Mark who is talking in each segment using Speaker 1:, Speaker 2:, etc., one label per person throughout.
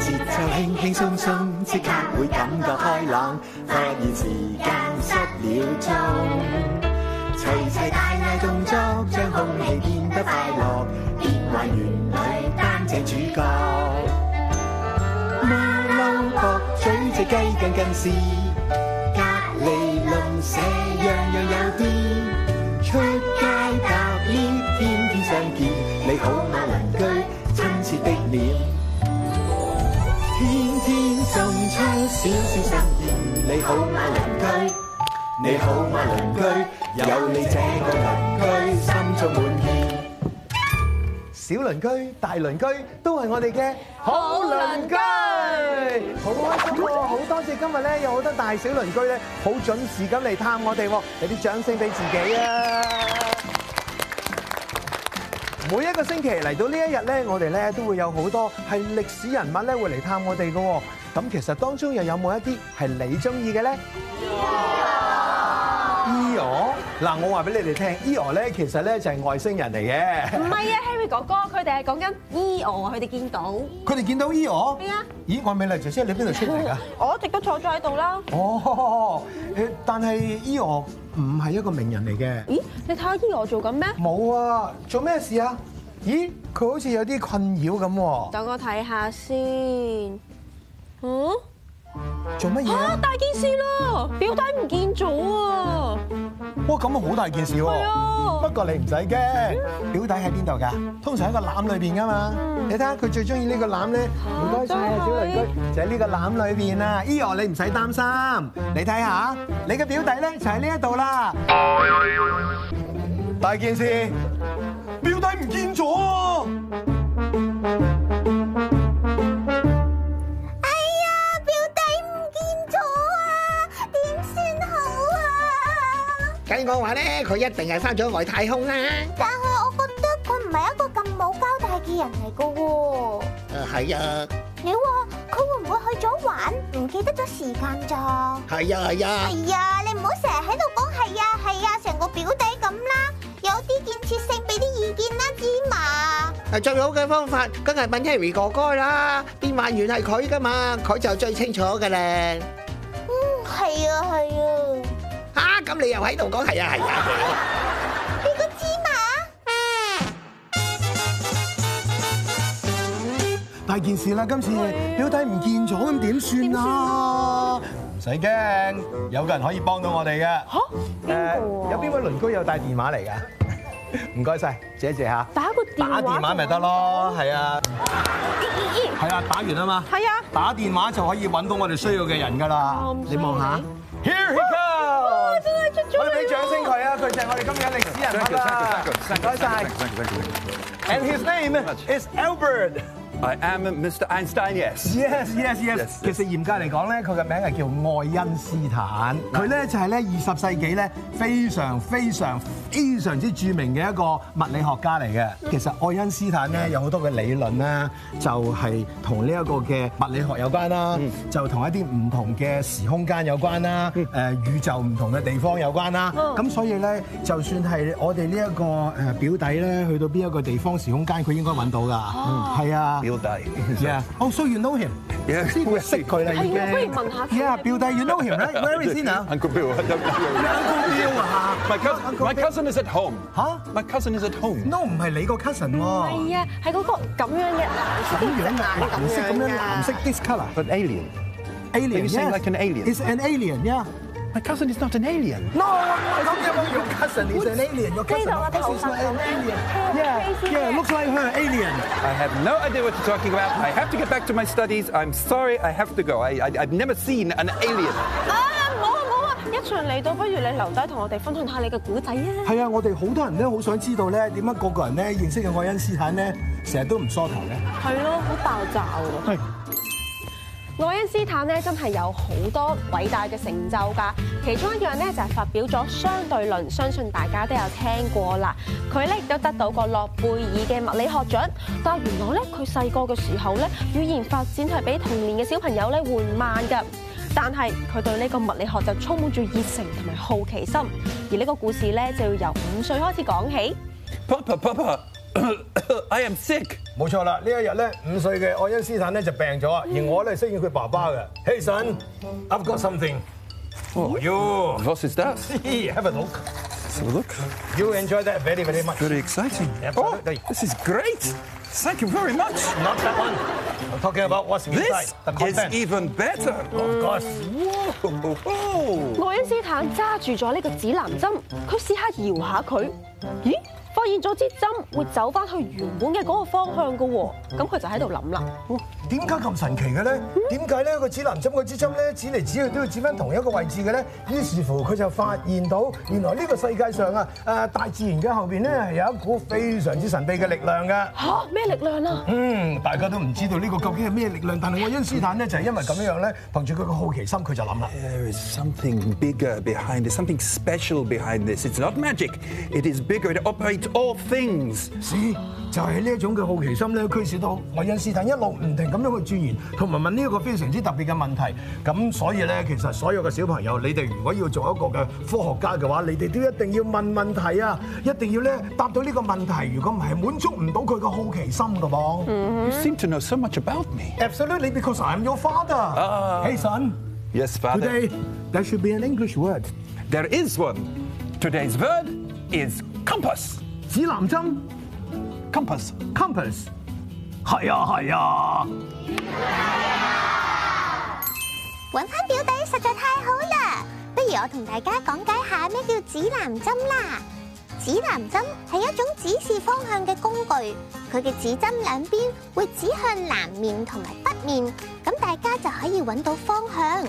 Speaker 1: 輕輕鬆鬆，即刻會感覺開朗，發現時間失了蹤。齊齊大嗌動作，將空氣變得快樂，變幻園裏擔正主角。馬騮駁嘴隻雞近近視，隔離鄰舍樣樣有啲。出街搭 lift 天天相見，你好嗎鄰居，親切的臉。天天送出少少心意，你好嗎鄰居？你好嗎鄰居？有你這個鄰居，心中滿意。
Speaker 2: 小鄰居、大鄰居都係我哋嘅好鄰居，好開心喎！好多謝今日咧有好多大小鄰居咧，好準時咁嚟探我哋喎，有啲掌聲俾自己啊！每一個星期嚟到呢一日咧，我哋咧都會有好多係歷史人物咧會嚟探我哋嘅喎。咁其實當中又有冇一啲係你中意嘅咧？Eo 嗱，我話俾你哋聽，Eo 咧其實咧就係外星人嚟嘅。
Speaker 3: 唔係啊，Harry 哥哥，佢哋係講緊 E 我，佢哋見到。
Speaker 2: 佢哋見到 Eo，
Speaker 3: 係啊
Speaker 2: 咦，愛美麗姐姐你邊度出嚟 㗎？
Speaker 3: 我一直都坐咗喺度啦。
Speaker 2: 哦，誒，但係 Eo 唔係一個名人嚟嘅。
Speaker 3: 咦，你睇下 E 我做緊咩？
Speaker 2: 冇啊，做咩事啊？咦，佢好似有啲困擾咁喎，
Speaker 3: 等我睇下先。嗯？
Speaker 2: 做乜嘢
Speaker 3: 啊，
Speaker 2: 啊？
Speaker 3: 大件事咯，表弟唔見咗啊！
Speaker 2: 哇，咁啊好大件事
Speaker 3: 係
Speaker 2: 喎！不
Speaker 3: 啊，
Speaker 2: 過你唔使驚，表弟喺邊度㗎？通常喺個籃裏邊㗎嘛。你睇下佢最中意呢個籃咧，唔該晒嗯啊，小鄰居，就喺呢個籃裏邊啊。Eo 你唔使擔心，你睇下你嘅表弟咧就喺呢一度啦。大件事，表弟唔見咗啊！
Speaker 4: 哎呀，表弟唔見咗啊，點算好啊？
Speaker 5: 計我話咧，佢一定係翻咗外太空啦。
Speaker 4: 但係我覺得佢唔係一個咁冇交代嘅人嚟㗎喎。
Speaker 6: Ờ,
Speaker 5: 誒係啊，
Speaker 4: 你話佢會唔會去咗玩，唔記得咗時間咋？
Speaker 5: 係啊，係啊
Speaker 4: 哎。呀，你唔好成日喺度講係啊係啊，成個表弟咁啦，有啲建設性俾啲意見啦，芝麻。
Speaker 5: 誒最好嘅方法，梗係問 Harry 哥哥啦。變幻員係佢噶嘛，佢就最清楚嘅咧。
Speaker 4: 嗯，係啊係啊，
Speaker 5: 啊，咁你又喺度講係啊係啊係啊。
Speaker 4: 你個芝麻。嗯
Speaker 2: 大件事啦！今次表弟唔見咗，咁啊點算啊？唔使驚，有個人可以幫到我哋嘅。
Speaker 3: 嚇邊個啊？
Speaker 2: 有邊位鄰居有帶電話嚟㗎？唔該晒，謝謝嚇。
Speaker 3: 打個電
Speaker 2: 打
Speaker 3: 話？
Speaker 2: 電話咪得。咯，係啊，
Speaker 3: 咦咦咦
Speaker 2: 係啊，打完啊嘛，
Speaker 3: 係啊，
Speaker 2: 打電話就可以揾到我哋需要嘅人㗎啦
Speaker 3: 哦。咁犀利
Speaker 2: 你望下，Here he comes！
Speaker 3: 真係出咗
Speaker 2: 我哋
Speaker 3: 嚟
Speaker 2: 俾
Speaker 3: 喎
Speaker 2: 掌聲佢啊！佢就係我哋今日嘅歷史人物啦。唔該晒。And his name is Albert。
Speaker 7: I am Mr. Einstein, yes.
Speaker 2: Yes, yes, yes.
Speaker 7: Yes, yes.
Speaker 2: 其實嚴格嚟講咧，佢嘅名係叫愛因斯坦。佢咧就係咧二十世紀咧非常非常非常之著名嘅一個物理學家嚟嘅。其實愛因斯坦咧有好多嘅理論啦，就係同呢一個嘅物理學有關啦，就同一啲唔同嘅時空間有關啦，誒宇宙唔同嘅地方有關啦。咁所以咧，就算係我哋呢一個誒表弟咧，去到邊一個地方時空間，佢應該揾到㗎。係啊。
Speaker 7: He'll die.
Speaker 2: Yeah. Oh, so you know him?
Speaker 7: Yeah.
Speaker 2: 即係佢識佢啦已經。
Speaker 3: 哎係喎不如問下佢
Speaker 2: Yeah, Bill Day, you know him, right? Where is he now?
Speaker 7: Uncle Bill, I don't know.
Speaker 2: Uncle Bill 啊
Speaker 7: My cousin, my cousin is at home.
Speaker 2: Huh?
Speaker 7: My cousin is at home.
Speaker 2: No，唔係你個 cousin 喎。
Speaker 3: 係啊，係嗰個咁樣嘅
Speaker 2: 咁樣嘅藍
Speaker 3: 啊
Speaker 2: 色咁樣藍色 this colour
Speaker 7: An alien.
Speaker 2: alien
Speaker 7: You sound like an alien.
Speaker 2: It's an alien yeah
Speaker 7: My cousin is not an alien.
Speaker 2: no I'm not talking about your cousin is an alien your cousin
Speaker 3: 呢度啊
Speaker 2: of course is not an
Speaker 3: 頭髮咁樣
Speaker 2: alien
Speaker 3: 聽
Speaker 2: yeah
Speaker 3: 聽先
Speaker 2: yeah
Speaker 3: 嘅
Speaker 2: looks like her alien
Speaker 7: I have no idea what you're talking about. I have to get back to my studies. I'm sorry, I have to go. I, I, I've never seen an alien.
Speaker 3: 啊！冇啊冇啊！一場嚟到，不如你留低同我哋分享下你嘅古仔啊！
Speaker 2: 係啊我哋好多人咧好想知道咧點解個個人咧認識嘅愛因斯坦咧成日都唔梳頭咧
Speaker 3: 係咯，好爆炸喎！愛因斯坦咧真係有好多偉大嘅成就㗎，其中一樣咧就係發表咗相對論，相信大家都有聽過啦。佢咧亦都得到過諾貝爾嘅物理學獎，但係原來咧佢細個嘅時候咧語言發展係比同年嘅小朋友咧緩慢㗎。但係佢對呢個物理學就充滿住熱誠同埋好奇心，而呢個故事咧就要由五歲開始講起。
Speaker 7: Papa, Papa, I am sick.
Speaker 2: 冇錯啦，呢一日咧，五歲嘅愛因斯坦咧就病咗啊，
Speaker 7: 嗯
Speaker 2: 而我咧飾演佢爸爸嘅。Hey son，I've got something
Speaker 7: Oh
Speaker 2: for you.
Speaker 7: What is that?
Speaker 2: Have a look.
Speaker 7: Let's have a look.
Speaker 2: You enjoy that very very much.
Speaker 7: Very exciting. Oh,
Speaker 2: Absolutely.
Speaker 7: this is great. Thank you very much.
Speaker 2: Not that one. I'm talking about what's inside.
Speaker 7: This
Speaker 2: The
Speaker 7: is
Speaker 2: content.
Speaker 7: even better. Oh,
Speaker 2: Of course.
Speaker 7: Whoa.
Speaker 3: 愛因斯坦揸住咗呢個指南針，佢試下搖下佢，咦？發現咗支針會走翻去原本嘅嗰個方向嘅喎，咁佢就喺度諗啦。
Speaker 2: Oh, 點解咁神奇嘅咧？
Speaker 7: Hmm？
Speaker 2: 點解咧個指南針個支針咧指嚟指去都要指翻同一個位置嘅咧？於是乎佢就發現到原來呢個世界上啊誒大自然嘅後邊咧係有一股非常之神秘嘅力量嘅。
Speaker 3: 吓？咩力量啊？
Speaker 2: 嗯，大家都唔知道呢個究竟係咩力量，但係愛因斯坦咧就係因為咁樣樣咧，憑住佢嘅好奇心，佢就諗啦。
Speaker 7: There is something bigger behind this, something special behind this. It's not magic, it is bigger, it operates all things.
Speaker 2: 是就係呢一種嘅好奇心咧，驅使到愛因斯坦一路唔停咁樣去鑽研，同埋問呢一個非常之特別嘅問題。咁所以咧，其實所有嘅小朋友，你哋如果要做一個嘅科學家嘅話，你哋都一定要問問題啊，一定要咧答到呢個問題。如果唔係，滿足唔到佢嘅好奇心嘅噃。
Speaker 7: You seem to know so much about me.
Speaker 2: Absolutely, because I'm your father.
Speaker 7: Ah.
Speaker 2: Hey son,
Speaker 7: Yes, Father.
Speaker 2: today there should be an English word.
Speaker 7: There is one. Today's word is compass.
Speaker 2: 指南針
Speaker 7: Compass.
Speaker 2: compass。係啊係啊，
Speaker 4: 揾翻表弟實在太好啦！不如我同大家講解下咩叫指南針啦。指南針係一種指示方向嘅工具，佢嘅指針兩邊會指向南面同埋北面，咁大家就可以揾到方向。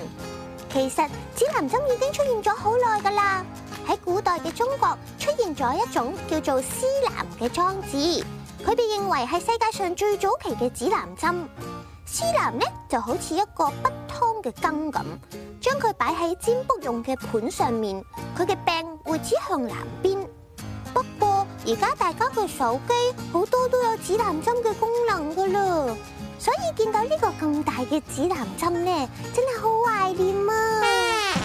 Speaker 4: 其實指南針已經出現咗好耐噶啦，喺古代嘅中國出現咗一種叫做司南嘅裝置，佢被認為係世界上最早期嘅指南針。司南呢就好似一個不通嘅羹咁，將佢擺喺占卜用嘅盤上面，佢嘅柄會指向南邊。不過而家大家嘅手機好多都有指南針嘅功能噶啦，所以見到呢個咁大嘅指南針呢，真係好懷念啊！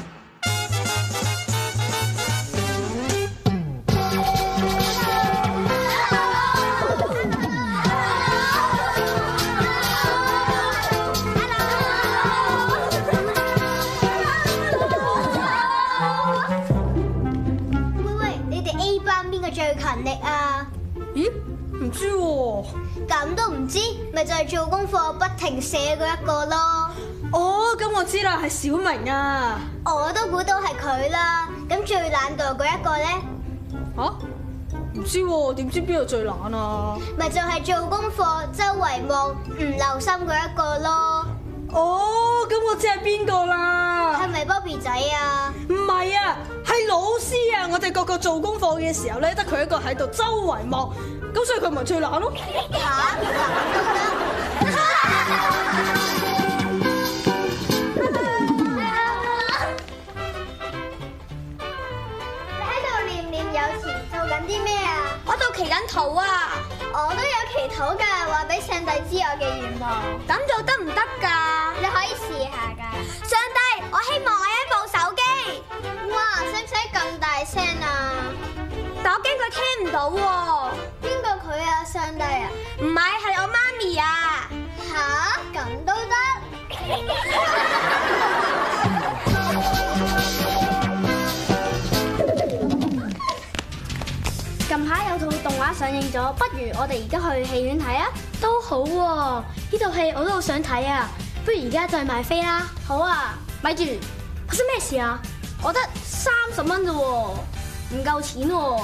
Speaker 8: 喂喂，你哋 A 班邊個最勤力啊？
Speaker 9: 咦？唔知喎。
Speaker 8: 咁都唔知，咪就係做功課不停寫嗰一個咯。
Speaker 9: 哦，咁我知啦，係小明啊。
Speaker 8: 我都估到係佢啦。咁最懶惰嗰一個呢，
Speaker 9: 吓？唔知喎，點知邊個最懶啊？
Speaker 8: 咪就係做功課周圍望唔留心嗰一個咯。
Speaker 9: 哦，咁我知係邊個啦
Speaker 8: 係？咪 Bobby 仔啊？
Speaker 9: 唔係啊，係老師啊！我哋個個做功課嘅時候咧，得佢一個喺度周圍望，咁所以佢咪最懶咯。
Speaker 8: 吓，懶都得。你喺度念念有詞，做緊啲咩啊？
Speaker 9: 我到期緊圖啊！
Speaker 8: 我都有祈禱㗎，話俾上帝知我嘅願望。
Speaker 9: 咁做得唔得㗎？
Speaker 8: 你可以試下㗎。
Speaker 9: 上帝，我希望我有一部手機，
Speaker 8: 哇，使唔使咁大聲啊？
Speaker 9: 但我驚佢聽唔到喎。
Speaker 8: 邊個佢啊？上帝啊？
Speaker 9: 唔係，係我媽咪啊！
Speaker 8: 吓，咁都得？
Speaker 10: 近排有套動畫上映咗，不如我哋而家去戲院睇啊！都好喎、呢套戲我都好想睇啊！不如而家就去買飛啦！好啊，咪住，發生咩事啊？我得三十蚊啫喎，唔夠錢喎、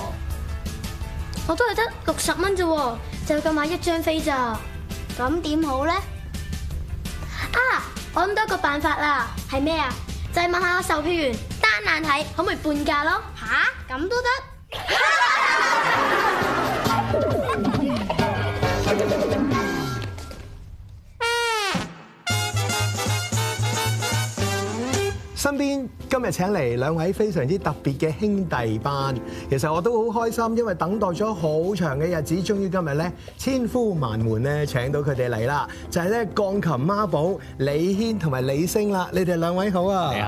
Speaker 10: 我都係得六十蚊啫喎，就夠買一張飛咋？咁點好呢？啊！我諗到一個辦法啦，係咩啊？就係、問下售票員單眼睇可唔可以半價咯？吓？咁都得？
Speaker 2: 身邊咁今日請嚟兩位非常之特別嘅兄弟班，其實我都好開心，因為等待咗好長嘅日子，終於今日咧千呼萬喚咧請到佢哋嚟啦，就係咧鋼琴孖寶李軒同埋李星啦，你哋兩位好啊！你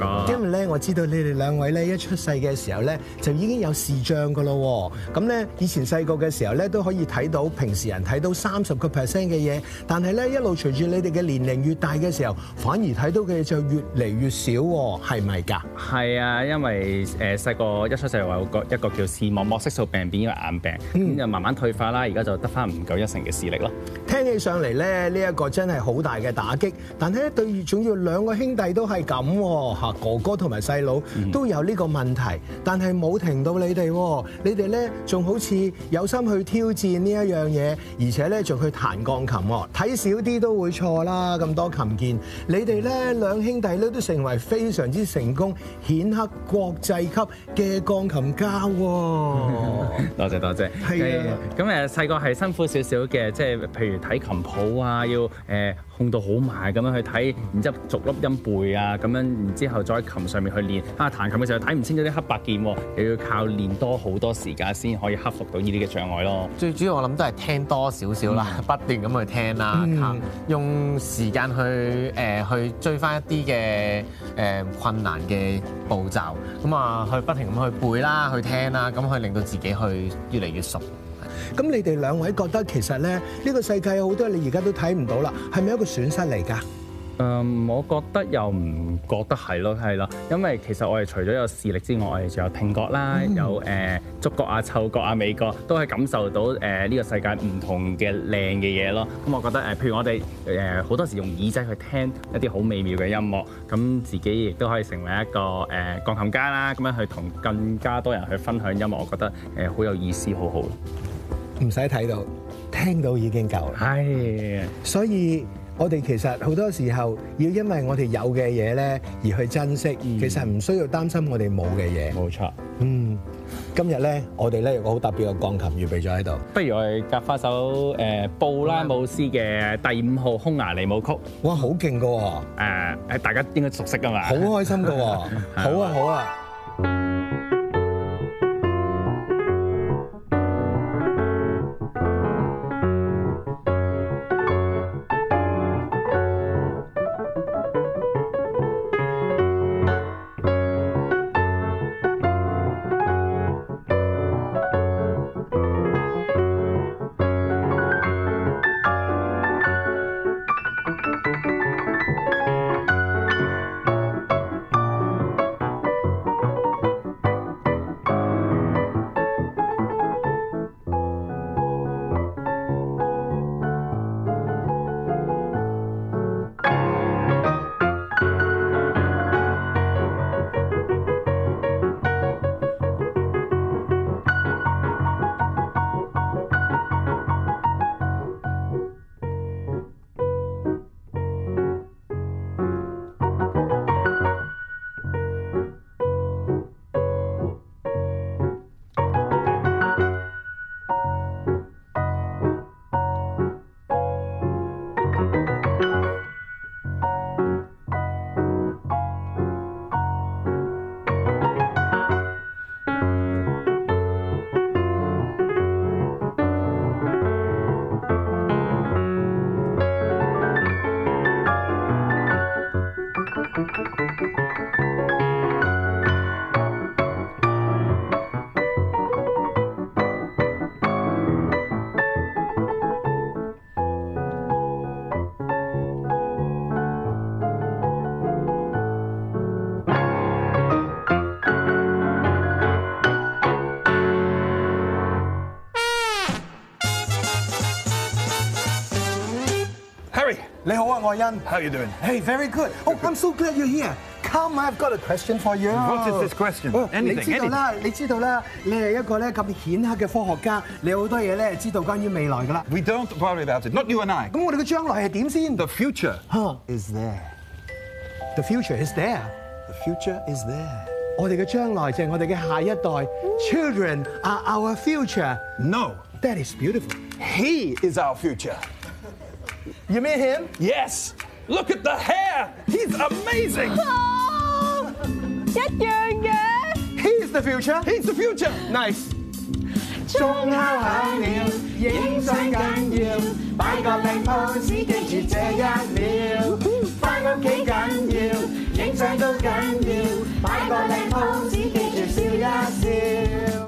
Speaker 2: 好，因為咧我知道你哋兩位咧一出世嘅時候咧就已經有視障噶咯喎，咁咧以前細個嘅時候咧都可以睇到平時人睇到三十個 percent 嘅嘢，但係咧一路隨住你哋嘅年齡越大嘅時候，反而睇到嘅嘢就越嚟越少喎，係咪㗎？
Speaker 6: 係啊，因為誒細個一出世話有個一個叫視網膜色素病變，因為眼病，
Speaker 2: 嗯
Speaker 6: 咁就慢慢退化啦，而家就得翻唔夠一成嘅視力咯。
Speaker 2: 聽起上嚟咧，呢、一個真係好大嘅打擊。但係咧，對仲要兩個兄弟都係咁喎，嚇哥哥同埋細佬都有呢個問題，但係冇停到你哋喎。你哋咧仲好似有心去挑戰呢一樣嘢，而且咧仲去彈鋼琴喎。睇少啲都會錯啦，咁多琴鍵，你哋咧兩兄弟咧都成為非常之成功、顯赫國際級嘅鋼琴家喎。
Speaker 6: 多謝多謝。
Speaker 2: 係啊
Speaker 6: 誒咁誒細個係辛苦少少嘅，即係譬如睇琴譜啊，要誒、控到好埋咁樣去睇，然之後逐粒音背啊，咁樣然之後再喺琴上面去練。啊，彈琴嘅時候睇唔清楚啲黑白鍵喎，又要靠練多好多時間先可以克服到呢啲嘅障礙咯。
Speaker 11: 最主要我諗都係聽多少少啦，不斷咁去聽啦，靠用時間去誒、呃去追翻一啲嘅誒困難嘅步驟，咁啊去不停咁去背啦，去聽啦，咁去令到自己去越嚟越熟。
Speaker 2: 咁你哋兩位覺得其實咧，呢、呢個世界有好多你而家都睇唔到啦，係咪一個損失嚟㗎？
Speaker 6: 誒、嗯我覺得又唔覺得係咯，係啦，因為其實我哋除咗有視力之外，我哋仲有聽覺啦，有誒、觸覺啊、嗅覺啊、味覺，都係感受到誒呃呢、個世界唔同嘅靚嘅嘢咯。咁我覺得誒、呃譬如我哋誒好多時用耳仔去聽一啲好美妙嘅音樂，咁自己亦都可以成為一個誒、鋼琴家啦，咁樣去同更加多人去分享音樂，我覺得呃誒好、有意思，好好。
Speaker 2: 唔使睇到，聽到已經夠啦。
Speaker 6: 係。
Speaker 2: 所以我哋其實好多時候要因為我哋有嘅嘢咧而去珍惜，其實唔需要擔心我哋冇嘅嘢。
Speaker 6: 冇錯。
Speaker 2: 嗯，今日咧我哋咧有個好特別嘅鋼琴預備咗喺度。
Speaker 6: 不如我哋夾翻首誒、呃布拉姆斯嘅第五號匈牙利舞曲。呃
Speaker 2: 哇，好勁㗎喎！誒、
Speaker 6: 大家應該熟悉㗎嘛。
Speaker 2: 好啊開心㗎喎！好啊，好啊。Harry，你好啊，愛欣。How you doing? Hey, very good. Oh, I'm so glad you're here. Come, I've got a question for you. Oh,
Speaker 7: What is this question?
Speaker 2: 哦
Speaker 7: Anything,
Speaker 2: 你知道啦，你知道啦，你係一個咧咁顯赫嘅科學家，你有好多嘢咧知道關於未來㗎啦。
Speaker 7: We don't worry about it. Not you and I.
Speaker 2: 咁我哋嘅將來係點先
Speaker 7: The future
Speaker 2: Huh.
Speaker 7: is there.
Speaker 2: ？The future is there。
Speaker 7: The future is there.
Speaker 2: 我哋嘅將來就係我哋嘅下一代。Children are our future。
Speaker 7: No,
Speaker 2: That is beautiful。
Speaker 7: he is our future.
Speaker 2: You mean him？
Speaker 7: Yes. Look at the hair. He's amazing.
Speaker 3: 一樣嘅。
Speaker 11: Here's the future. Here's the future. Nice.
Speaker 2: 鐘敲響了，影相緊要，擺個靚 pose 記住這一秒。翻屋企緊要，影相都緊要，擺個靚 pose 記住笑一笑。